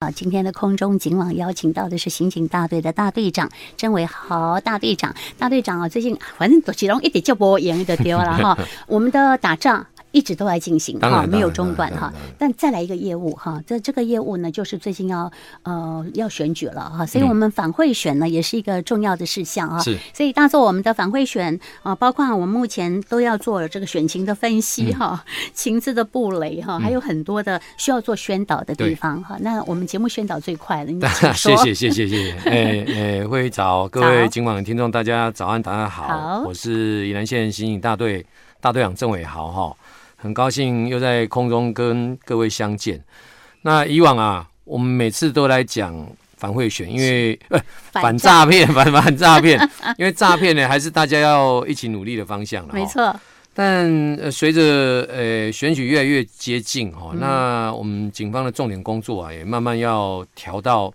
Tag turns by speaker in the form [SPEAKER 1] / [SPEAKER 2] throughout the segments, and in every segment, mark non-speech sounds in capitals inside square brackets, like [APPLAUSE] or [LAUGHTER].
[SPEAKER 1] 啊，今天的空中警网邀请到的是刑警大队的大队长郑伟豪大队长。大队长啊，最近反正都其中一点就不演的丢
[SPEAKER 2] [LAUGHS]
[SPEAKER 1] 了哈。我们的打仗一直都在进行
[SPEAKER 2] 当
[SPEAKER 1] 哈，
[SPEAKER 2] 然
[SPEAKER 1] 没有
[SPEAKER 2] 当
[SPEAKER 1] 中
[SPEAKER 2] 然
[SPEAKER 1] 断
[SPEAKER 2] 当
[SPEAKER 1] 哈
[SPEAKER 2] 然当然。
[SPEAKER 1] 但再来一个业务哈，这这个业务呢，就是最近要呃要选举了哈，
[SPEAKER 2] 嗯
[SPEAKER 1] 所以我们反贿选呢也是一个重要的事项啊。
[SPEAKER 2] 是
[SPEAKER 1] 所以大做我们的反贿选啊、呃包括我们目前都要做这个选情的分
[SPEAKER 2] 嗯
[SPEAKER 1] 析哈、情资的布雷哈，还有很多的需要做宣导的地方哈。那我们节目宣导最快
[SPEAKER 2] [LAUGHS]
[SPEAKER 1] 了，你 [LAUGHS] 请
[SPEAKER 2] 谢
[SPEAKER 1] 说。
[SPEAKER 2] 谢谢谢谢谢，哎哎，会早，各
[SPEAKER 1] 早
[SPEAKER 2] 位今晚的听众大家早安，大家好，
[SPEAKER 1] 好
[SPEAKER 2] 我是宜兰县刑警大队大队长郑伟豪哈，很高兴又在空中跟各位相见。那以往啊，我们每次都来讲反贿选，因为呃反
[SPEAKER 1] 诈
[SPEAKER 2] 诈骗反反诈骗，因为诈骗呢还是大家要一起努力的方向了，
[SPEAKER 1] 没。错，
[SPEAKER 2] 但呃，随着呃选举越来越接近哦，那我们警方的重点工作啊，也慢慢要调到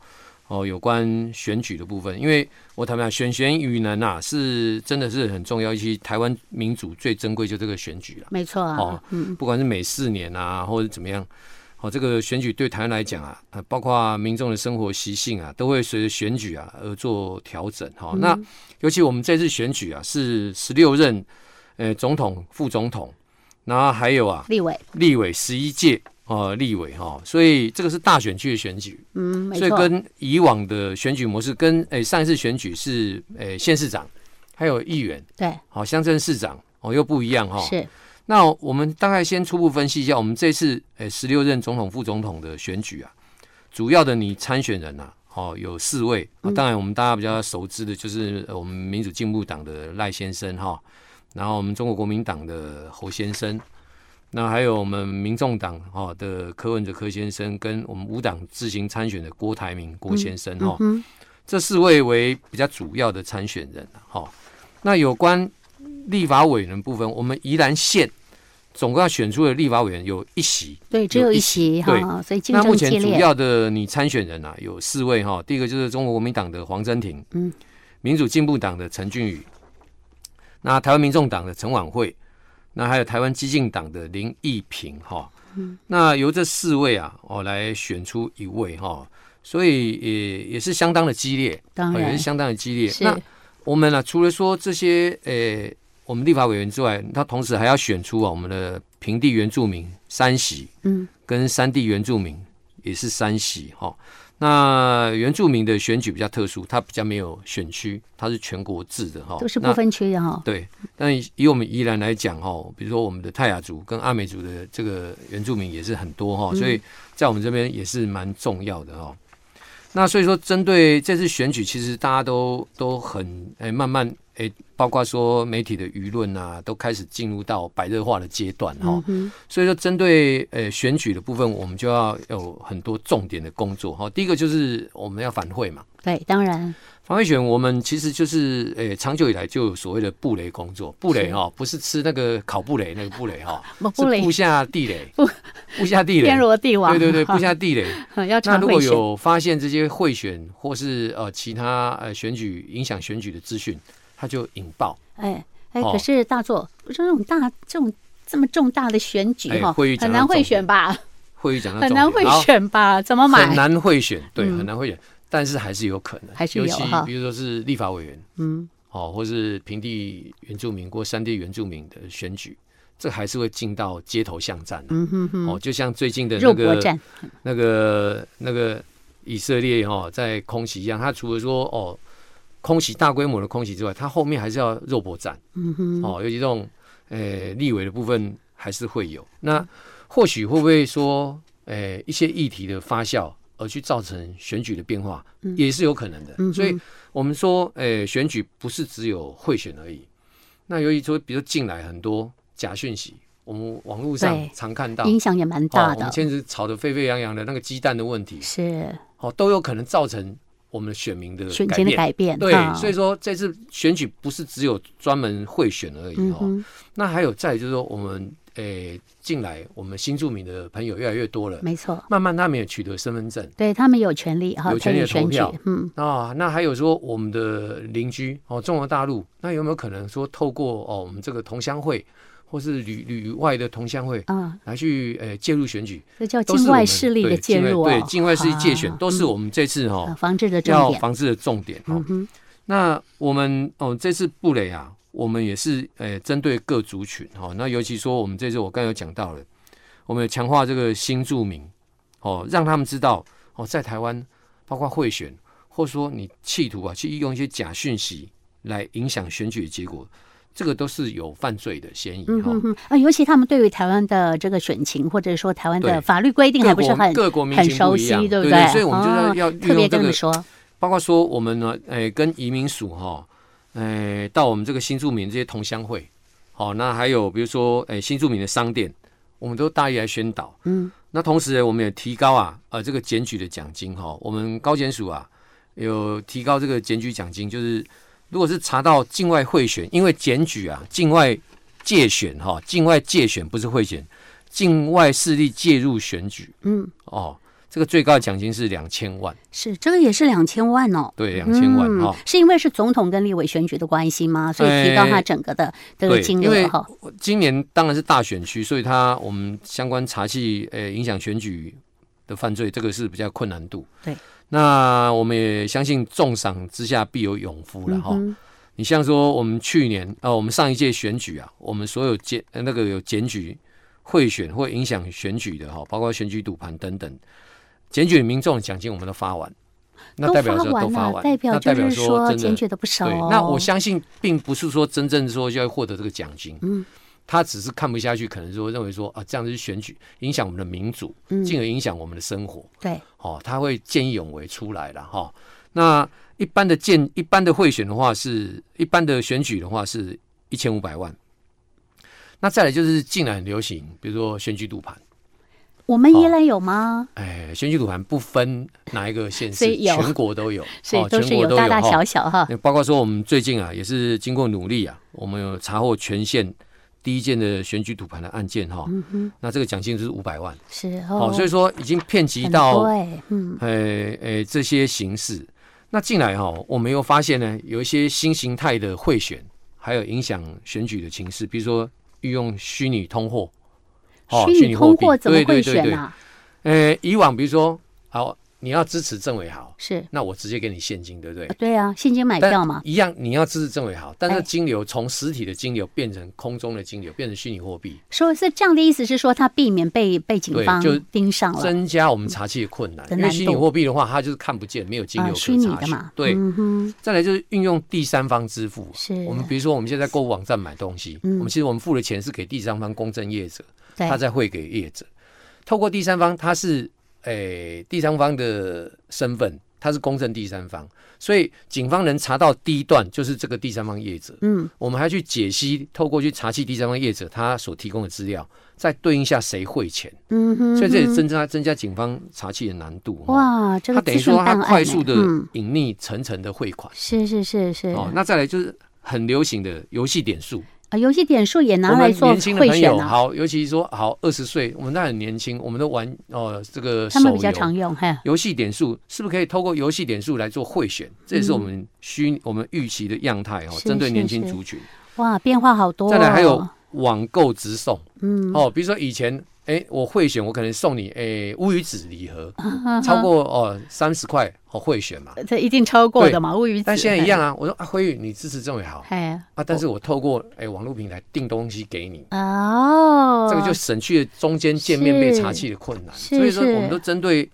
[SPEAKER 2] 哦有关选举的部分，因为我坦白讲，选贤与能啊，是真的是很重要，一些台湾民主最珍贵就这个选举了、
[SPEAKER 1] 没错啊。
[SPEAKER 2] 哦
[SPEAKER 1] 嗯，
[SPEAKER 2] 不管是每四年啊，或者怎么样。哦，这个选举对台湾来讲啊，呃，包括民众的生活习性啊，都会随着选举啊而做调整。哈、
[SPEAKER 1] 嗯
[SPEAKER 2] 哦，那尤其我们这次选举啊，是十六任呃总统、副总统，然后还有啊
[SPEAKER 1] 立委，
[SPEAKER 2] 立委十一届哦，立委哈、哦，所以这个是大选区的选举，
[SPEAKER 1] 嗯，没
[SPEAKER 2] 所以
[SPEAKER 1] 错，
[SPEAKER 2] 跟以往的选举模式跟诶、上一次选举是诶、县市长还有议员，
[SPEAKER 1] 对，
[SPEAKER 2] 好、乡镇市长哦又不一样哈、哦。
[SPEAKER 1] 是
[SPEAKER 2] 那我们大概先初步分析一下，我们这次诶十六任总统、副总统的选举啊，主要的你参选人啊，哦有四位、哦
[SPEAKER 1] 嗯
[SPEAKER 2] 当然我们大家比较熟知的就是呃我们民主进步党的赖先生哈、然后我们中国国民党的侯先生，那还有我们民众党哈、哦、的柯文哲柯先生，跟我们无党自行参选的郭台铭郭先生哈、
[SPEAKER 1] 嗯
[SPEAKER 2] 这四位为比较主要的参选人啊哈、那有关立法委员部分，我们宜兰县总共要选出的立法委员有一席。
[SPEAKER 1] 对，只有一席
[SPEAKER 2] 对
[SPEAKER 1] 哈，所以竞
[SPEAKER 2] 那
[SPEAKER 1] 争
[SPEAKER 2] 目
[SPEAKER 1] 激
[SPEAKER 2] 前主
[SPEAKER 1] 烈。
[SPEAKER 2] 要的你参选人啊，有四位哈。第一个就是中国国民党的黄真廷，
[SPEAKER 1] 嗯，
[SPEAKER 2] 民主进步党的陈俊宇，那台湾民众党的陈婉慧，那还有台湾激进党的林义平哈。
[SPEAKER 1] 嗯
[SPEAKER 2] 那由这四位啊，哦来选出一位哈，所以也也是相当的激烈，
[SPEAKER 1] 当
[SPEAKER 2] 哦也
[SPEAKER 1] 然
[SPEAKER 2] 是相当的激烈。
[SPEAKER 1] 是
[SPEAKER 2] 那我们呢、啊除了说这些呃，我们立法委员之外，他同时还要选出啊，我们的平地原住民三席，
[SPEAKER 1] 嗯，
[SPEAKER 2] 跟山地原住民也是三席哈、哦。那原住民的选举比较特殊，它比较没有选区，它是全国制的哈、
[SPEAKER 1] 都是
[SPEAKER 2] 那
[SPEAKER 1] 不分区的哈，
[SPEAKER 2] 对，但以我们宜兰来讲哦，比如说我们的泰雅族跟阿美族的这个原住民也是很多哈、所以在我们这边也是蛮重要的哈、那所以说，针对这次选举，其实大家都都很诶、慢慢诶、包括说媒体的舆论啊，都开始进入到白热化的阶段哈、
[SPEAKER 1] 嗯
[SPEAKER 2] 所以说，针对呃选举的部分，我们就要有很多重点的工作哈、第一个就是我们要反馈嘛，
[SPEAKER 1] 对，当然
[SPEAKER 2] 防卫选我们其实就是诶、长久以来就有所谓的布雷工作，布雷哈、不是吃那个烤布雷那个布雷
[SPEAKER 1] [LAUGHS]
[SPEAKER 2] 哈、
[SPEAKER 1] 不不
[SPEAKER 2] 是
[SPEAKER 1] 雷
[SPEAKER 2] 布下地雷，
[SPEAKER 1] [LAUGHS] 布
[SPEAKER 2] 布下地雷，
[SPEAKER 1] 天罗地网，
[SPEAKER 2] 对对对，布
[SPEAKER 1] 哈
[SPEAKER 2] 下地
[SPEAKER 1] [LAUGHS]
[SPEAKER 2] 雷。
[SPEAKER 1] 要
[SPEAKER 2] 那
[SPEAKER 1] 常
[SPEAKER 2] 如果
[SPEAKER 1] 会选，
[SPEAKER 2] 有发现这些贿选或是呃其他呃选举影响选举的资讯，他就引爆。
[SPEAKER 1] 哎哎，
[SPEAKER 2] 哦
[SPEAKER 1] 可是大作，这种大这种这么重大的选举
[SPEAKER 2] 哎
[SPEAKER 1] 哈，
[SPEAKER 2] 会议
[SPEAKER 1] 很
[SPEAKER 2] 讲
[SPEAKER 1] 难
[SPEAKER 2] 到
[SPEAKER 1] 会
[SPEAKER 2] 重
[SPEAKER 1] 选吧？
[SPEAKER 2] 会议讲到
[SPEAKER 1] [LAUGHS] 很
[SPEAKER 2] 重
[SPEAKER 1] 难
[SPEAKER 2] 点
[SPEAKER 1] 会
[SPEAKER 2] 好
[SPEAKER 1] 选吧？怎么买
[SPEAKER 2] 很？难会选，对，
[SPEAKER 1] 嗯
[SPEAKER 2] 很难会选，但是还是有可能，
[SPEAKER 1] 还是有
[SPEAKER 2] 尤其
[SPEAKER 1] 哈
[SPEAKER 2] 比如说是立法委员，
[SPEAKER 1] 嗯，
[SPEAKER 2] 哦，或是平地原住民或山地原住民的选举，这还是会进到街头巷战、啊，
[SPEAKER 1] 嗯哼哼，
[SPEAKER 2] 哦，就像最近的
[SPEAKER 1] 肉
[SPEAKER 2] 那
[SPEAKER 1] 搏
[SPEAKER 2] 个
[SPEAKER 1] 战，
[SPEAKER 2] 那个那个以色列哈、哦、在空袭一样，他除了说哦空袭大规模的空袭之外，他后面还是要肉搏战，
[SPEAKER 1] 嗯哼，
[SPEAKER 2] 哦，尤其这种呃立委的部分还是会有。那或许会不会说，呃，一些议题的发酵而去造成选举的变化，也是有可能的。
[SPEAKER 1] 嗯哼
[SPEAKER 2] 所以我们说，呃，选举不是只有贿选而已。那由于说，比如进来很多假讯息，我们网络上
[SPEAKER 1] 对
[SPEAKER 2] 常看到。
[SPEAKER 1] 影响也蛮
[SPEAKER 2] 哦
[SPEAKER 1] 大，
[SPEAKER 2] 我们
[SPEAKER 1] 的，
[SPEAKER 2] 现在吵得沸沸扬扬的那个鸡蛋的问题，
[SPEAKER 1] 是
[SPEAKER 2] 哦，都有可能造成我们选民的
[SPEAKER 1] 选
[SPEAKER 2] 改
[SPEAKER 1] 情的
[SPEAKER 2] 变。
[SPEAKER 1] 改变，
[SPEAKER 2] 对，
[SPEAKER 1] 哈
[SPEAKER 2] 所以说这次选举不是只有专门贿选而已
[SPEAKER 1] 嗯
[SPEAKER 2] 哦，
[SPEAKER 1] 哼，
[SPEAKER 2] 那还有再就是说，我们诶进来，我们新住民的朋友越来越多了，
[SPEAKER 1] 没错，
[SPEAKER 2] 慢慢他们也取得身份证
[SPEAKER 1] 对他们有权利哈
[SPEAKER 2] 有
[SPEAKER 1] 参
[SPEAKER 2] 权利
[SPEAKER 1] 与
[SPEAKER 2] 的
[SPEAKER 1] 选
[SPEAKER 2] 投
[SPEAKER 1] 举
[SPEAKER 2] 票，
[SPEAKER 1] 嗯，
[SPEAKER 2] 啊。那还有说，我们的邻居哦，中国大陆，那有没有可能说透过哦我们这个同乡会，或是旅旅外的同乡会
[SPEAKER 1] 嗯，
[SPEAKER 2] 来去呃介入选举，
[SPEAKER 1] 这叫
[SPEAKER 2] 都是
[SPEAKER 1] 境
[SPEAKER 2] 我
[SPEAKER 1] 外
[SPEAKER 2] 们
[SPEAKER 1] 势力的
[SPEAKER 2] 对
[SPEAKER 1] 介
[SPEAKER 2] 境外
[SPEAKER 1] 入哦，
[SPEAKER 2] 对境外势力界选
[SPEAKER 1] 啊
[SPEAKER 2] 都是我们这次哈、
[SPEAKER 1] 呃防治的重
[SPEAKER 2] 要
[SPEAKER 1] 点。
[SPEAKER 2] 防治的重点哦
[SPEAKER 1] 嗯。哼，
[SPEAKER 2] 那我们哦，这次布雷啊，我们也是呃，针对各族群哦。那尤其说我们这次我刚才有讲到了，我们有强化这个新住民哦，让他们知道哦，在台湾包括贿选，或说你企图啊去用一些假讯息来影响选举结果，这个都是有犯罪的嫌疑
[SPEAKER 1] 嗯
[SPEAKER 2] 哈、
[SPEAKER 1] 哼哼，啊，尤其他们对于台湾的这个选情，或者说台湾的
[SPEAKER 2] 对
[SPEAKER 1] 法律规定，还
[SPEAKER 2] 各
[SPEAKER 1] 不是
[SPEAKER 2] 国
[SPEAKER 1] 很
[SPEAKER 2] 各国民
[SPEAKER 1] 很
[SPEAKER 2] 情不
[SPEAKER 1] 熟
[SPEAKER 2] 一
[SPEAKER 1] 悉
[SPEAKER 2] 样，，
[SPEAKER 1] 不
[SPEAKER 2] 对
[SPEAKER 1] 对？
[SPEAKER 2] 所以我们就是要、
[SPEAKER 1] 哦
[SPEAKER 2] 要
[SPEAKER 1] 特
[SPEAKER 2] 运
[SPEAKER 1] 别
[SPEAKER 2] 用这
[SPEAKER 1] 跟他
[SPEAKER 2] 个
[SPEAKER 1] 们说，
[SPEAKER 2] 包括说我们呢，诶、跟移民署哈，诶、到我们这个新住民这些同乡会，好、那还有比如说诶、新住民的商店，我们都大力来宣导。
[SPEAKER 1] 嗯，
[SPEAKER 2] 那同时呢，我们也提高啊，呃，这个检举的奖金哈、我们高检署啊有提高这个检举奖金，就是如果是查到境外贿选，因为检举啊，境外借选哈、境外借选不是贿选，境外势力介入选举
[SPEAKER 1] 嗯，
[SPEAKER 2] 哦，这个最高的奖金是两千万，
[SPEAKER 1] 是这个也是两千万哦。
[SPEAKER 2] 对，两千万哈。
[SPEAKER 1] 嗯，是因为是总统跟立委选举的关系吗？所以提高他整个的这个
[SPEAKER 2] 哎对
[SPEAKER 1] 金
[SPEAKER 2] 因
[SPEAKER 1] 额
[SPEAKER 2] 为
[SPEAKER 1] 哈。
[SPEAKER 2] 今年当然是大选区，所以它我们相关查气呃影响选举的犯罪，这个是比较困难度。
[SPEAKER 1] 对，
[SPEAKER 2] 那我们也相信重赏之下必有勇夫了哈。
[SPEAKER 1] 嗯
[SPEAKER 2] 你像说我们去年啊、呃我们上一届选举啊，我们所有检呃那个有检举贿选或影响选举的哈，包括选举赌盘等等，检举民众的奖金我们都发完，那
[SPEAKER 1] 都
[SPEAKER 2] 代表
[SPEAKER 1] 发
[SPEAKER 2] 说都发
[SPEAKER 1] 完了，
[SPEAKER 2] 完，
[SPEAKER 1] 代表
[SPEAKER 2] 那代
[SPEAKER 1] 就
[SPEAKER 2] 表
[SPEAKER 1] 是
[SPEAKER 2] 说
[SPEAKER 1] 说
[SPEAKER 2] 真的
[SPEAKER 1] 检举的不少
[SPEAKER 2] 对
[SPEAKER 1] 哦。，
[SPEAKER 2] 那我相信并不是说真正说就要获得这个奖金，
[SPEAKER 1] 嗯，
[SPEAKER 2] 他只是看不下去，可能说认为说啊这样子去选举影响我们的民主，
[SPEAKER 1] 嗯
[SPEAKER 2] 进而影响我们的生活，
[SPEAKER 1] 对，
[SPEAKER 2] 哦，他会见义勇为出来了哈、那一般的建一般的贿选的话是，一般的选举的话是一千五百万。那再来就是近来很流行，比如说选举赌盘，
[SPEAKER 1] 我们
[SPEAKER 2] 哦
[SPEAKER 1] 依然有吗？
[SPEAKER 2] 哎，选举赌盘不分哪一个县
[SPEAKER 1] 所
[SPEAKER 2] 市，
[SPEAKER 1] 以有
[SPEAKER 2] 全国都有，
[SPEAKER 1] [LAUGHS] 所以
[SPEAKER 2] 哦
[SPEAKER 1] 都
[SPEAKER 2] 全
[SPEAKER 1] 是
[SPEAKER 2] 国都
[SPEAKER 1] 大大
[SPEAKER 2] 哈
[SPEAKER 1] 小小哈。
[SPEAKER 2] [LAUGHS] 那包括说我们最近啊，也是经过努力啊，我们有查获全县第一件的选举赌盘的案件哈、
[SPEAKER 1] 嗯哼，
[SPEAKER 2] 那这个奖金就是五百万，
[SPEAKER 1] 是
[SPEAKER 2] 哦，
[SPEAKER 1] 哦，
[SPEAKER 2] 所以说已经遍及到
[SPEAKER 1] 对，嗯
[SPEAKER 2] 呃呃这些形式。那进来哈、我们又发现呢，有一些新形态的贿选，还有影响选举的情势，比如说运用虚拟通货，
[SPEAKER 1] 虚拟通
[SPEAKER 2] 币
[SPEAKER 1] 货怎么
[SPEAKER 2] 对
[SPEAKER 1] 会
[SPEAKER 2] 对对
[SPEAKER 1] 选
[SPEAKER 2] 对，
[SPEAKER 1] 啊？
[SPEAKER 2] 呃，以往比如说，好，你要支持政委好，
[SPEAKER 1] 是，
[SPEAKER 2] 那我直接给你现金，对不对
[SPEAKER 1] 呃？对啊，现金买
[SPEAKER 2] 但
[SPEAKER 1] 票嘛，
[SPEAKER 2] 一样，你要支持政委好，但
[SPEAKER 1] 哎
[SPEAKER 2] 是金流从实体的金流变成空中的金流，变成虚拟货币，
[SPEAKER 1] 说是这样的意思是说他避免被被警
[SPEAKER 2] 对
[SPEAKER 1] 方
[SPEAKER 2] 就
[SPEAKER 1] 盯上了，
[SPEAKER 2] 增加我们查气的困难。
[SPEAKER 1] 的
[SPEAKER 2] 因为
[SPEAKER 1] 难
[SPEAKER 2] 虚拟
[SPEAKER 1] 度
[SPEAKER 2] 货币的话，它就是看不见，没有金
[SPEAKER 1] 啊
[SPEAKER 2] 流可
[SPEAKER 1] 虚拟
[SPEAKER 2] 查
[SPEAKER 1] 的
[SPEAKER 2] 询
[SPEAKER 1] 嘛，
[SPEAKER 2] 对，
[SPEAKER 1] 嗯哼，
[SPEAKER 2] 再来就是运用第三方支付。
[SPEAKER 1] 是，
[SPEAKER 2] 我们比如说，我们现在在购物网站买东西，
[SPEAKER 1] 嗯
[SPEAKER 2] 我们其实我们付的钱是给第三方公证业者，
[SPEAKER 1] 对
[SPEAKER 2] 他再汇给业者。透过第三方，他是诶、第三方的身份，他是公证第三方，所以警方能查到第一段就是这个第三方业者。
[SPEAKER 1] 嗯，
[SPEAKER 2] 我们还去解析，透过去查气第三方业者他所提供的资料，再对应下谁汇钱，
[SPEAKER 1] 嗯哼，
[SPEAKER 2] 所以这也
[SPEAKER 1] 嗯哼
[SPEAKER 2] 增加增加警方查气的难度。哦，
[SPEAKER 1] 哇，这
[SPEAKER 2] 他
[SPEAKER 1] 个
[SPEAKER 2] 等
[SPEAKER 1] 资
[SPEAKER 2] 于
[SPEAKER 1] 讯
[SPEAKER 2] 说他
[SPEAKER 1] 办案
[SPEAKER 2] 快速
[SPEAKER 1] 呢
[SPEAKER 2] 的
[SPEAKER 1] 嗯，
[SPEAKER 2] 隐匿层层的汇款。
[SPEAKER 1] 是是是是，
[SPEAKER 2] 哦，那再来就是很流行的游戏点数，
[SPEAKER 1] 啊，游戏点数也拿
[SPEAKER 2] 我
[SPEAKER 1] 来
[SPEAKER 2] 们
[SPEAKER 1] 做
[SPEAKER 2] 年轻的
[SPEAKER 1] 贿
[SPEAKER 2] 朋
[SPEAKER 1] 选
[SPEAKER 2] 友，
[SPEAKER 1] 啊，
[SPEAKER 2] 好，尤其说好二十岁，我们那很年轻，我们都玩哦这个
[SPEAKER 1] 他
[SPEAKER 2] 手
[SPEAKER 1] 们比较常
[SPEAKER 2] 游。
[SPEAKER 1] 用，嘿，
[SPEAKER 2] 游戏点数是不是可以透过游戏点数来做贿选？这也是我们虚我们预期的样态哦，
[SPEAKER 1] 嗯是
[SPEAKER 2] 针对
[SPEAKER 1] 是
[SPEAKER 2] 年轻
[SPEAKER 1] 是
[SPEAKER 2] 族群。
[SPEAKER 1] 哇，变化好多、哦。
[SPEAKER 2] 再来还有，网购直送
[SPEAKER 1] 嗯，
[SPEAKER 2] 哦，比如说以前哎、我会选，我可能送你哎、乌鱼子礼盒，超过哦三十块哦会选嘛。
[SPEAKER 1] 这一定超过的
[SPEAKER 2] 对
[SPEAKER 1] 嘛，乌鱼子。
[SPEAKER 2] 但现在一样啊，我说啊辉宇，你支持政委好
[SPEAKER 1] 嘿，哎，
[SPEAKER 2] 啊，但是我透过哎、网络平台订东西给你，
[SPEAKER 1] 哦，
[SPEAKER 2] 这个就省去了中间见面被查气的困难。
[SPEAKER 1] 是
[SPEAKER 2] 所以说，
[SPEAKER 1] 是
[SPEAKER 2] 我们都针对。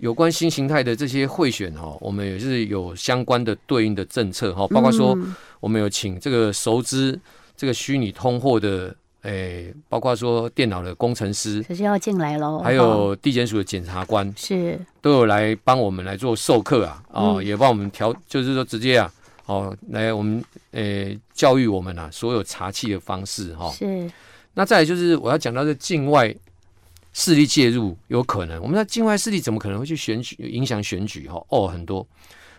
[SPEAKER 2] 有关新形态的这些贿选哦，我们也是有相关的对应的政策哈、哦，包括说、
[SPEAKER 1] 嗯
[SPEAKER 2] 我们有请这个熟知这个虚拟通货的，诶、包括说电脑的工程师，
[SPEAKER 1] 可是要进来喽，
[SPEAKER 2] 还
[SPEAKER 1] 哦
[SPEAKER 2] 有地检署的检察官，
[SPEAKER 1] 是
[SPEAKER 2] 都有来帮我们来做授课啊，哦，
[SPEAKER 1] 嗯
[SPEAKER 2] 也帮我们调，就是说直接啊，哦，来我们诶、教育我们啊，所有查气的方式哈、
[SPEAKER 1] 是，
[SPEAKER 2] 那再来就是我要讲到这境外势力介入有可能，我们的境外势力怎么可能会去选举影响选举哈？哦，很多，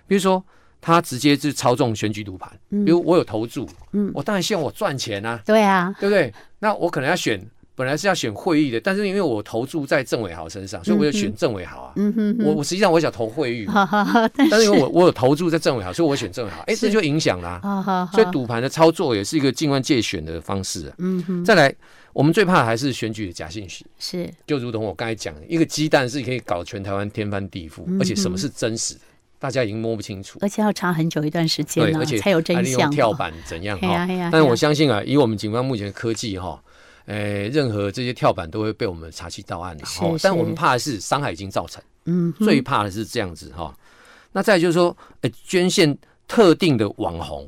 [SPEAKER 2] 比如说他直接就操纵选举赌盘，
[SPEAKER 1] 嗯
[SPEAKER 2] 比如我有投注，
[SPEAKER 1] 嗯
[SPEAKER 2] 我当然希望我赚钱啊，
[SPEAKER 1] 对啊，
[SPEAKER 2] 对不对？那我可能要选本来是要选会议的，但是因为我投注在郑伟豪身上，所以我就选郑伟豪啊。
[SPEAKER 1] 嗯哼嗯
[SPEAKER 2] 我我实际上我想投会议，
[SPEAKER 1] 哼，好好好，但
[SPEAKER 2] [LAUGHS] 但是因
[SPEAKER 1] 是
[SPEAKER 2] 为我我有投注在郑伟豪，所以我选郑伟豪。哎，这就影响啦、
[SPEAKER 1] 好好好，
[SPEAKER 2] 所以赌盘的操作也是一个静观借选的方式、啊。
[SPEAKER 1] 嗯哼
[SPEAKER 2] 再来，我们最怕的还是选举的假信息，
[SPEAKER 1] 是
[SPEAKER 2] 就如同我刚才讲的，一个鸡蛋是可以搞全台湾天翻地覆，
[SPEAKER 1] 嗯
[SPEAKER 2] 而且什么是真实的，大家已经摸不清楚。
[SPEAKER 1] 而且要查很久一段时间
[SPEAKER 2] 对，
[SPEAKER 1] 呢
[SPEAKER 2] 而且，
[SPEAKER 1] 嗯才有
[SPEAKER 2] 还
[SPEAKER 1] 真
[SPEAKER 2] 利用
[SPEAKER 1] 相。哎
[SPEAKER 2] 跳板怎样
[SPEAKER 1] 嘿呀
[SPEAKER 2] 哈
[SPEAKER 1] 嘿呀？
[SPEAKER 2] 但是
[SPEAKER 1] 嘿呀
[SPEAKER 2] 我相信啊，以我们警方目前的科技哈，呃，任何这些跳板都会被我们查起到案的
[SPEAKER 1] 是
[SPEAKER 2] 哈。但
[SPEAKER 1] 是
[SPEAKER 2] 我们怕的是伤害已经造成，
[SPEAKER 1] 嗯哼，
[SPEAKER 2] 最怕的是这样子哈。那再来就是说，呃，捐献特定的网红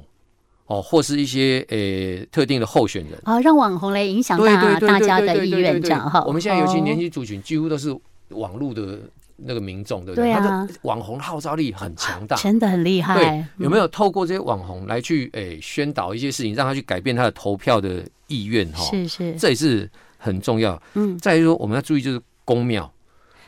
[SPEAKER 2] 哦，或是一些呃特定的候选人。
[SPEAKER 1] 啊，让网红来影响
[SPEAKER 2] 对对
[SPEAKER 1] 大
[SPEAKER 2] 对
[SPEAKER 1] 大
[SPEAKER 2] 对
[SPEAKER 1] 家
[SPEAKER 2] 对对
[SPEAKER 1] 的
[SPEAKER 2] 对
[SPEAKER 1] 意
[SPEAKER 2] 对
[SPEAKER 1] 愿，这
[SPEAKER 2] 对
[SPEAKER 1] 样哈。
[SPEAKER 2] 我们现在尤其年
[SPEAKER 1] 哦，
[SPEAKER 2] 轻族群几乎都是网络的那个民众，对不
[SPEAKER 1] 对
[SPEAKER 2] 对？
[SPEAKER 1] 啊
[SPEAKER 2] 他的网红号召力很强大。
[SPEAKER 1] 真的很嗯厉
[SPEAKER 2] 对
[SPEAKER 1] 害，，
[SPEAKER 2] 有没有透过这些网红来去诶、宣导一些事情，让他去改变他的投票的意愿哈？
[SPEAKER 1] 是是，
[SPEAKER 2] 这也是很重要。
[SPEAKER 1] 嗯，
[SPEAKER 2] 再来说，我们要注意就是公庙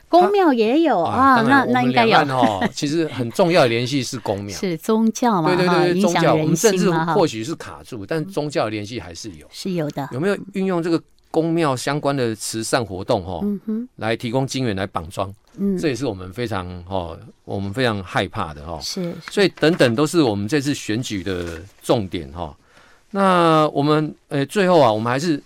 [SPEAKER 1] 宫庙也有啊，
[SPEAKER 2] 当
[SPEAKER 1] 那
[SPEAKER 2] 然
[SPEAKER 1] 那
[SPEAKER 2] 我
[SPEAKER 1] 应
[SPEAKER 2] 们
[SPEAKER 1] 该
[SPEAKER 2] 两
[SPEAKER 1] 有
[SPEAKER 2] 岸，哦，其实很重要的联系是公庙。
[SPEAKER 1] 是宗教嘛，
[SPEAKER 2] 对对
[SPEAKER 1] 哈
[SPEAKER 2] 对对，
[SPEAKER 1] 影
[SPEAKER 2] 宗
[SPEAKER 1] 响
[SPEAKER 2] 教我
[SPEAKER 1] 人
[SPEAKER 2] 们甚至
[SPEAKER 1] 心嘛，哈，
[SPEAKER 2] 或许是卡住，但宗教的联系还是有。
[SPEAKER 1] 是有的，
[SPEAKER 2] 有没有运用这个公庙相关的慈善活动哦，
[SPEAKER 1] 嗯哼，
[SPEAKER 2] 来提供金源来绑桩？
[SPEAKER 1] 嗯，
[SPEAKER 2] 这也是我们非常哦，我们非常害怕的哦。
[SPEAKER 1] 是
[SPEAKER 2] 所以等等都是我们这次选举的重点哈、那我们呃最后啊，我们还是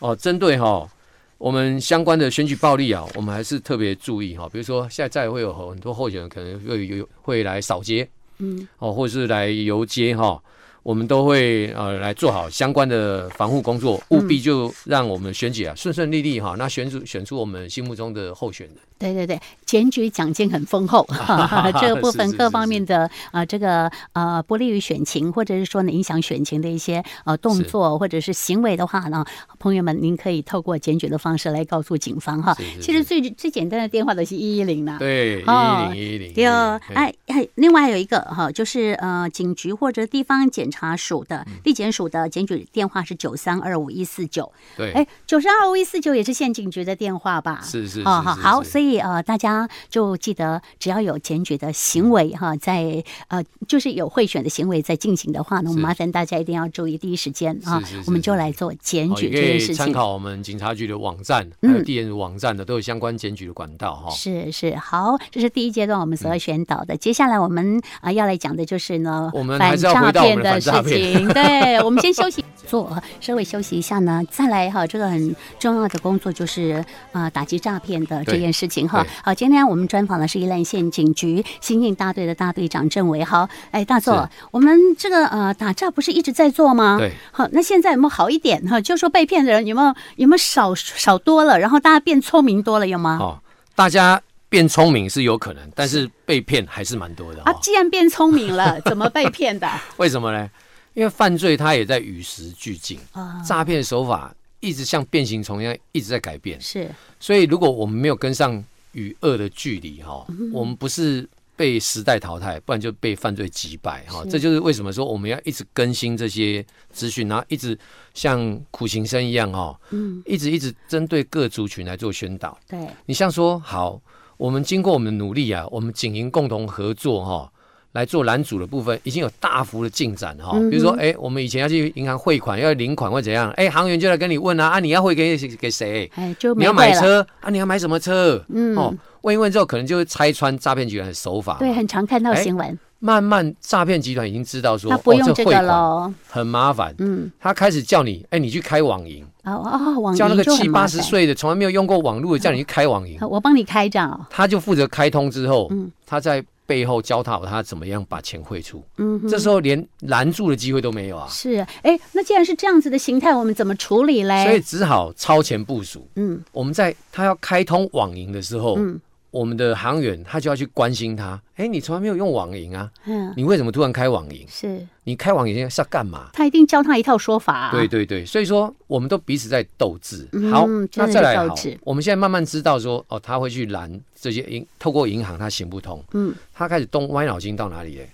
[SPEAKER 2] 哦针对哈、我们相关的选举暴力啊，我们还是特别注意哈、哦比如说现在会有很多候选人可能会有会来扫街，
[SPEAKER 1] 嗯，
[SPEAKER 2] 哦，或者是来游街哈、我们都会呃来做好相关的防护工作，
[SPEAKER 1] 嗯
[SPEAKER 2] 务必就让我们选举啊顺顺利利哈、那选出选出我们心目中的候选人。
[SPEAKER 1] 对对对，检举奖金很丰
[SPEAKER 2] [LAUGHS]
[SPEAKER 1] 厚，哈哈这个部
[SPEAKER 2] 是
[SPEAKER 1] 分
[SPEAKER 2] 是
[SPEAKER 1] 各
[SPEAKER 2] 是
[SPEAKER 1] 方
[SPEAKER 2] 是
[SPEAKER 1] 面的啊、呃这个呃不利于选情，或者是说呢影响选情的一些呃动
[SPEAKER 2] 是
[SPEAKER 1] 作或者是行为的话呢，朋友们您可以透过检举的方式来告诉警方哈。
[SPEAKER 2] 是是
[SPEAKER 1] 其实
[SPEAKER 2] 是
[SPEAKER 1] 最最简单的电话都是一一零啦。
[SPEAKER 2] 对，一
[SPEAKER 1] 哦
[SPEAKER 2] 零一零。
[SPEAKER 1] 对哦，
[SPEAKER 2] 嘿
[SPEAKER 1] 哎哎，另外还有一个哈，就是呃，警局或者地方检察署的
[SPEAKER 2] 嗯
[SPEAKER 1] 地检署的检举电话是九三二五一四九，
[SPEAKER 2] 对，
[SPEAKER 1] 哎，九三二五一四九也是县警局的电话吧？
[SPEAKER 2] 是是是
[SPEAKER 1] 哦，好，
[SPEAKER 2] 是
[SPEAKER 1] 好，
[SPEAKER 2] 是
[SPEAKER 1] 所以呃，大家就记得，只要有检举的行为哈，在呃，就是有贿选的行为在进行的话呢，我
[SPEAKER 2] 是
[SPEAKER 1] 们麻烦大家一定要注意第一时间啊
[SPEAKER 2] 是是是，
[SPEAKER 1] 我们
[SPEAKER 2] 是
[SPEAKER 1] 就来做检
[SPEAKER 2] 哦
[SPEAKER 1] 举
[SPEAKER 2] 也
[SPEAKER 1] 这
[SPEAKER 2] 可
[SPEAKER 1] 件
[SPEAKER 2] 以
[SPEAKER 1] 事
[SPEAKER 2] 参
[SPEAKER 1] 情。嗯
[SPEAKER 2] 考我们警察局的网站，还有地检网站的都有相关检举的管道哈。
[SPEAKER 1] 是是好，这是第一阶段我们
[SPEAKER 2] 嗯
[SPEAKER 1] 所要宣导的。接下来我们啊、要来讲的就是呢，
[SPEAKER 2] 我们
[SPEAKER 1] 反
[SPEAKER 2] 还是要
[SPEAKER 1] 诈
[SPEAKER 2] 回到我
[SPEAKER 1] 骗
[SPEAKER 2] 们
[SPEAKER 1] 的
[SPEAKER 2] 的反
[SPEAKER 1] 事
[SPEAKER 2] 诈骗 [LAUGHS]
[SPEAKER 1] 情。对，我们先休息，做稍微休息一下呢，再来哈，这个很重要的工作就是啊、呃打击诈骗的这
[SPEAKER 2] 对
[SPEAKER 1] 件事情哈
[SPEAKER 2] 对。
[SPEAKER 1] 好，今天我们专访的是宜兰县警局刑警大队的大队长郑维豪。哎，大佐
[SPEAKER 2] 是，
[SPEAKER 1] 我们这个呃打诈不是一直在做吗？
[SPEAKER 2] 对，
[SPEAKER 1] 好，那现在有没有好一点哈？就说被骗的人有没有有没有少少多了，然后大家变聪明多了有吗？
[SPEAKER 2] 哦，大家变聪明是有可能，但是被骗还是蛮多的
[SPEAKER 1] 啊
[SPEAKER 2] 哈，。
[SPEAKER 1] 既然变聪明 [LAUGHS] 了，怎么被骗的？
[SPEAKER 2] 为什么呢？因为犯罪它也在与时俱进，
[SPEAKER 1] 啊，
[SPEAKER 2] 诈骗手法一直像变形虫一样一直在改变，
[SPEAKER 1] 是
[SPEAKER 2] 所以如果我们没有跟上与恶的距离哈，
[SPEAKER 1] 嗯
[SPEAKER 2] 我们不是。被时代淘汰，不然就被犯罪击败哈。
[SPEAKER 1] 是
[SPEAKER 2] 这就是为什么说我们要一直更新这些资讯，然后一直像苦行僧一样哈，
[SPEAKER 1] 嗯，
[SPEAKER 2] 一直一直针对各族群来做宣导。
[SPEAKER 1] 对，
[SPEAKER 2] 你像说，好，我们经过我们的努力啊，我们警营共同合作哈、来做拦阻的部分，已经有大幅的进展哈、
[SPEAKER 1] 嗯哼
[SPEAKER 2] 比如说，哎，我们以前要去银行汇款，要领款或怎样，哎，行员就来跟你问啊，啊，你要汇给给谁？
[SPEAKER 1] 哎，就
[SPEAKER 2] 你
[SPEAKER 1] 没
[SPEAKER 2] 要买
[SPEAKER 1] 贵了。
[SPEAKER 2] 车啊？你要买什么车？
[SPEAKER 1] 嗯
[SPEAKER 2] 哦，问一问之后，可能就会拆穿诈骗集团的手法。
[SPEAKER 1] 对，很常看到新闻，
[SPEAKER 2] 慢慢诈骗集团已经知哎道说，
[SPEAKER 1] 他不用
[SPEAKER 2] 哦、
[SPEAKER 1] 这
[SPEAKER 2] 这
[SPEAKER 1] 个
[SPEAKER 2] 汇款
[SPEAKER 1] 喽。
[SPEAKER 2] 很麻烦，
[SPEAKER 1] 嗯，
[SPEAKER 2] 他开始叫你，哎，你去开网银，
[SPEAKER 1] 哦哦，网
[SPEAKER 2] 叫那个
[SPEAKER 1] 银就
[SPEAKER 2] 七
[SPEAKER 1] 很麻
[SPEAKER 2] 八十
[SPEAKER 1] 烦。
[SPEAKER 2] 岁的从来没有用过网络的，叫你去开网银。
[SPEAKER 1] 好我帮你开账哦。
[SPEAKER 2] 他就负责开通之后，
[SPEAKER 1] 嗯
[SPEAKER 2] 他在背后教导他怎么样把钱汇出，
[SPEAKER 1] 嗯哼，
[SPEAKER 2] 这时候连拦住的机会都没有啊，
[SPEAKER 1] 是哎，那既然是这样子的形态，我们怎么处理
[SPEAKER 2] 所以
[SPEAKER 1] 嘞？
[SPEAKER 2] 只好超前部署。
[SPEAKER 1] 哎嗯，
[SPEAKER 2] 我们在他要开通网银的时候，
[SPEAKER 1] 嗯
[SPEAKER 2] 我们的航员他就要去关心他，哎，你从来没有用网银啊，
[SPEAKER 1] 嗯，
[SPEAKER 2] 你为什么突然开网银？
[SPEAKER 1] 是
[SPEAKER 2] 你开网银是要干嘛？
[SPEAKER 1] 他一定教他一套说法啊。
[SPEAKER 2] 对对对，所以说我们都彼此在斗智。
[SPEAKER 1] 嗯
[SPEAKER 2] 好，
[SPEAKER 1] 真的
[SPEAKER 2] 那
[SPEAKER 1] 是
[SPEAKER 2] 再来
[SPEAKER 1] 斗
[SPEAKER 2] 好
[SPEAKER 1] 智，
[SPEAKER 2] 我们现在慢慢知道说，哦，他会去拦这些银，透过银行他行不通，
[SPEAKER 1] 嗯，
[SPEAKER 2] 他开始动歪脑筋到哪里嘞？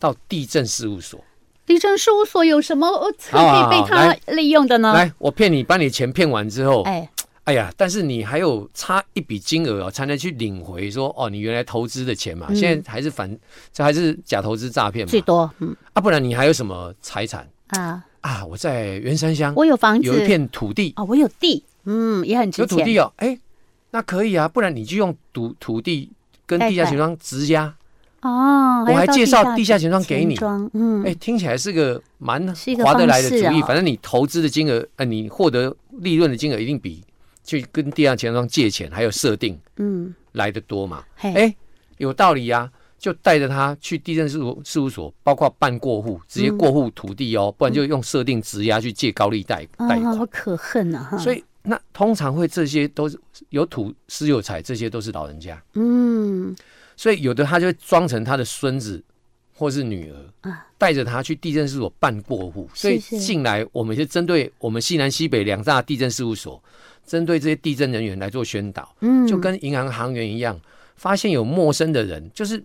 [SPEAKER 2] 到地震事务所，
[SPEAKER 1] 地震事务所有什么呃可
[SPEAKER 2] 好好
[SPEAKER 1] 以
[SPEAKER 2] 好啊
[SPEAKER 1] 被他
[SPEAKER 2] 来
[SPEAKER 1] 利用的呢？
[SPEAKER 2] 来，我骗你，把你钱骗完之后，
[SPEAKER 1] 哦哎，
[SPEAKER 2] 哎呀，但是你还有差一笔金额哦，才能去领回说，哦，你原来投资的钱嘛，
[SPEAKER 1] 嗯
[SPEAKER 2] 现在还是反，这还是假投资诈骗嘛
[SPEAKER 1] 最，多嗯
[SPEAKER 2] 啊，不然你还有什么财产
[SPEAKER 1] 啊，
[SPEAKER 2] 啊？我在圆山乡
[SPEAKER 1] 我有房子，
[SPEAKER 2] 有一片土地，
[SPEAKER 1] 哦，我有地，嗯，也很值
[SPEAKER 2] 有
[SPEAKER 1] 钱。
[SPEAKER 2] 土地哦，哎，那可以啊，不然你就用土土地跟地下钱庄直押。
[SPEAKER 1] 哦，
[SPEAKER 2] 我还
[SPEAKER 1] 要到
[SPEAKER 2] 介绍
[SPEAKER 1] 地
[SPEAKER 2] 地下钱庄给
[SPEAKER 1] 钱
[SPEAKER 2] 你
[SPEAKER 1] 庄嗯，
[SPEAKER 2] 哎，听起来是个蛮
[SPEAKER 1] 是一个
[SPEAKER 2] 划得来的主
[SPEAKER 1] 方式
[SPEAKER 2] 意。
[SPEAKER 1] 哦
[SPEAKER 2] 反正你投资的金额，呃，你获得利润的金额一定比去跟地下钱庄借钱还有设定
[SPEAKER 1] 嗯，
[SPEAKER 2] 来的多嘛。
[SPEAKER 1] 嘿，
[SPEAKER 2] 哎，有道理呀、就带着他去地震事务事务所，包括办过户，直
[SPEAKER 1] 嗯
[SPEAKER 2] 接过户土地哦，不然就用设定质押去借高利贷
[SPEAKER 1] 啊
[SPEAKER 2] 贷款。
[SPEAKER 1] 好可恨啊！哈，
[SPEAKER 2] 所以那通常会这些都是有土私有财，这些都是老人家，
[SPEAKER 1] 嗯，
[SPEAKER 2] 所以有的他就会装成他的孙子或是女儿
[SPEAKER 1] 啊，
[SPEAKER 2] 带着他去地震事务所办过户。所以
[SPEAKER 1] 是
[SPEAKER 2] 近来我们是针对我们西南西北两大地震事务所，针对这些地震人员来做宣导。
[SPEAKER 1] 嗯，
[SPEAKER 2] 就跟银行行员一样，发现有陌生的人，就是嘖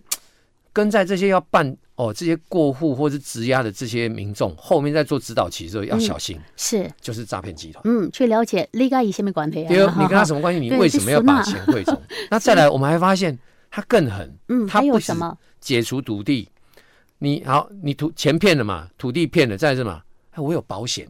[SPEAKER 2] 跟在这些要办哦这些过户或是质押的这些民众后面在做指导期的时
[SPEAKER 1] 嗯
[SPEAKER 2] 候要小心，
[SPEAKER 1] 是
[SPEAKER 2] 就是诈骗集团。
[SPEAKER 1] 嗯，去了解利害以前没管培
[SPEAKER 2] 第二，
[SPEAKER 1] 啊，
[SPEAKER 2] 哦你跟他
[SPEAKER 1] 哈
[SPEAKER 2] 什么关系？你
[SPEAKER 1] 对
[SPEAKER 2] 为什么要把
[SPEAKER 1] 这
[SPEAKER 2] 钱
[SPEAKER 1] [LAUGHS]
[SPEAKER 2] 汇总？那再来，我们还发现他更狠，
[SPEAKER 1] 嗯，
[SPEAKER 2] 他
[SPEAKER 1] 还有
[SPEAKER 2] 不止
[SPEAKER 1] 什么？
[SPEAKER 2] 解除土地，你好，你土钱骗了嘛，土地骗了，再来是什么？哎我有保险，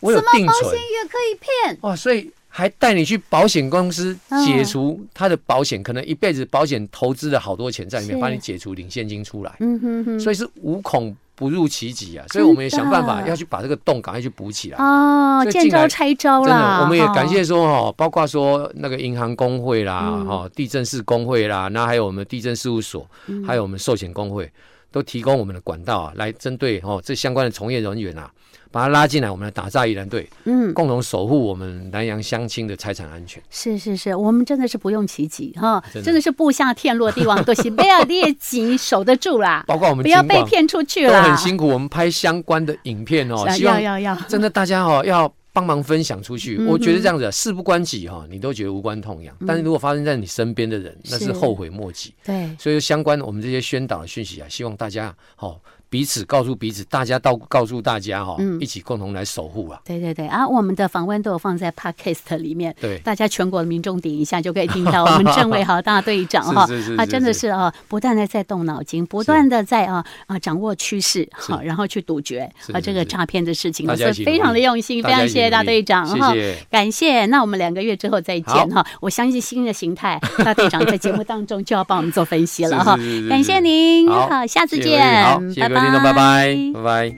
[SPEAKER 2] 我有定
[SPEAKER 1] 保
[SPEAKER 2] 存
[SPEAKER 1] 险，也可以骗，
[SPEAKER 2] 哇，所以还带你去保险公司
[SPEAKER 1] 嗯
[SPEAKER 2] 解除他的保险，可能一辈子保险投资了好多钱在里面，
[SPEAKER 1] 是
[SPEAKER 2] 帮你解除领现金出来，
[SPEAKER 1] 嗯哼哼，
[SPEAKER 2] 所以是无孔不入其极啊！所以我们也想办法
[SPEAKER 1] 真的
[SPEAKER 2] 要去把这个洞赶快去补起来。
[SPEAKER 1] 哦
[SPEAKER 2] 所，以
[SPEAKER 1] 见
[SPEAKER 2] 进
[SPEAKER 1] 招
[SPEAKER 2] 来
[SPEAKER 1] 拆招
[SPEAKER 2] 真
[SPEAKER 1] 啦，
[SPEAKER 2] 的，我们也
[SPEAKER 1] 哈
[SPEAKER 2] 感谢说哦，包括说那个银行工会啦，
[SPEAKER 1] 嗯
[SPEAKER 2] 哈、地震市工会啦，那还有我们地震事务所，
[SPEAKER 1] 嗯
[SPEAKER 2] 还有我们寿险工会，都提供我们的管道啊，来针对哦这相关的从业人员啊，把他拉进来，我们来打造宜兰队，
[SPEAKER 1] 嗯，
[SPEAKER 2] 共同守护我们南洋乡亲的财产安全。
[SPEAKER 1] 是是是，我们真的是不用其极哈，
[SPEAKER 2] 真的
[SPEAKER 1] 真的是布下天罗地网，都是贝尔列吉守得住啦，
[SPEAKER 2] 包括我们
[SPEAKER 1] 不要
[SPEAKER 2] 尽
[SPEAKER 1] 被
[SPEAKER 2] 管
[SPEAKER 1] 骗出去
[SPEAKER 2] 都
[SPEAKER 1] 啦，
[SPEAKER 2] 很辛苦，我们拍相关的影片哦，
[SPEAKER 1] 啊
[SPEAKER 2] 希
[SPEAKER 1] 要
[SPEAKER 2] 望
[SPEAKER 1] 要要，
[SPEAKER 2] 真的大家哦要帮忙分享出去。
[SPEAKER 1] 嗯哼嗯
[SPEAKER 2] 我觉得这样子啊事不关己哈、你都觉得无关痛痒，但是如果发生在你身边的人，那
[SPEAKER 1] 是
[SPEAKER 2] 是后悔莫及。
[SPEAKER 1] 对，
[SPEAKER 2] 所以相关我们这些宣导的讯息啊，希望大家哦彼此告诉彼此，大家到告诉大家哦，
[SPEAKER 1] 嗯
[SPEAKER 2] 一起共同来守护啊。
[SPEAKER 1] 对对对啊！我们的访问都有放在 podcast 里面，
[SPEAKER 2] 对
[SPEAKER 1] 大家全国的民众点一下就可以听到我们政委豪大队长哈
[SPEAKER 2] [LAUGHS] 是是是，
[SPEAKER 1] 啊，
[SPEAKER 2] 是
[SPEAKER 1] 真的
[SPEAKER 2] 是
[SPEAKER 1] 是啊，不断的在动脑筋，不断的在啊啊掌握趋势，好，然后去杜绝
[SPEAKER 2] 是
[SPEAKER 1] 啊
[SPEAKER 2] 是
[SPEAKER 1] 这个
[SPEAKER 2] 是
[SPEAKER 1] 诈骗的事情，
[SPEAKER 2] 大
[SPEAKER 1] 所
[SPEAKER 2] 家
[SPEAKER 1] 以
[SPEAKER 2] 一起
[SPEAKER 1] 非常
[SPEAKER 2] 努
[SPEAKER 1] 的
[SPEAKER 2] 力
[SPEAKER 1] 用心，非
[SPEAKER 2] 大家
[SPEAKER 1] 常
[SPEAKER 2] 一起
[SPEAKER 1] 谢谢大
[SPEAKER 2] 努力
[SPEAKER 1] 队长哦
[SPEAKER 2] 谢
[SPEAKER 1] 哈
[SPEAKER 2] 谢，
[SPEAKER 1] 感谢。那我们两个月之后再
[SPEAKER 2] 好
[SPEAKER 1] 见哈，我相信新的形态，大队长在节目当中就要帮我们做分析了哈
[SPEAKER 2] [LAUGHS] 是是是，是
[SPEAKER 1] 感谢您，好，下次
[SPEAKER 2] 谢谢各位
[SPEAKER 1] 见
[SPEAKER 2] 好，，谢谢各位听众，拜拜，拜拜。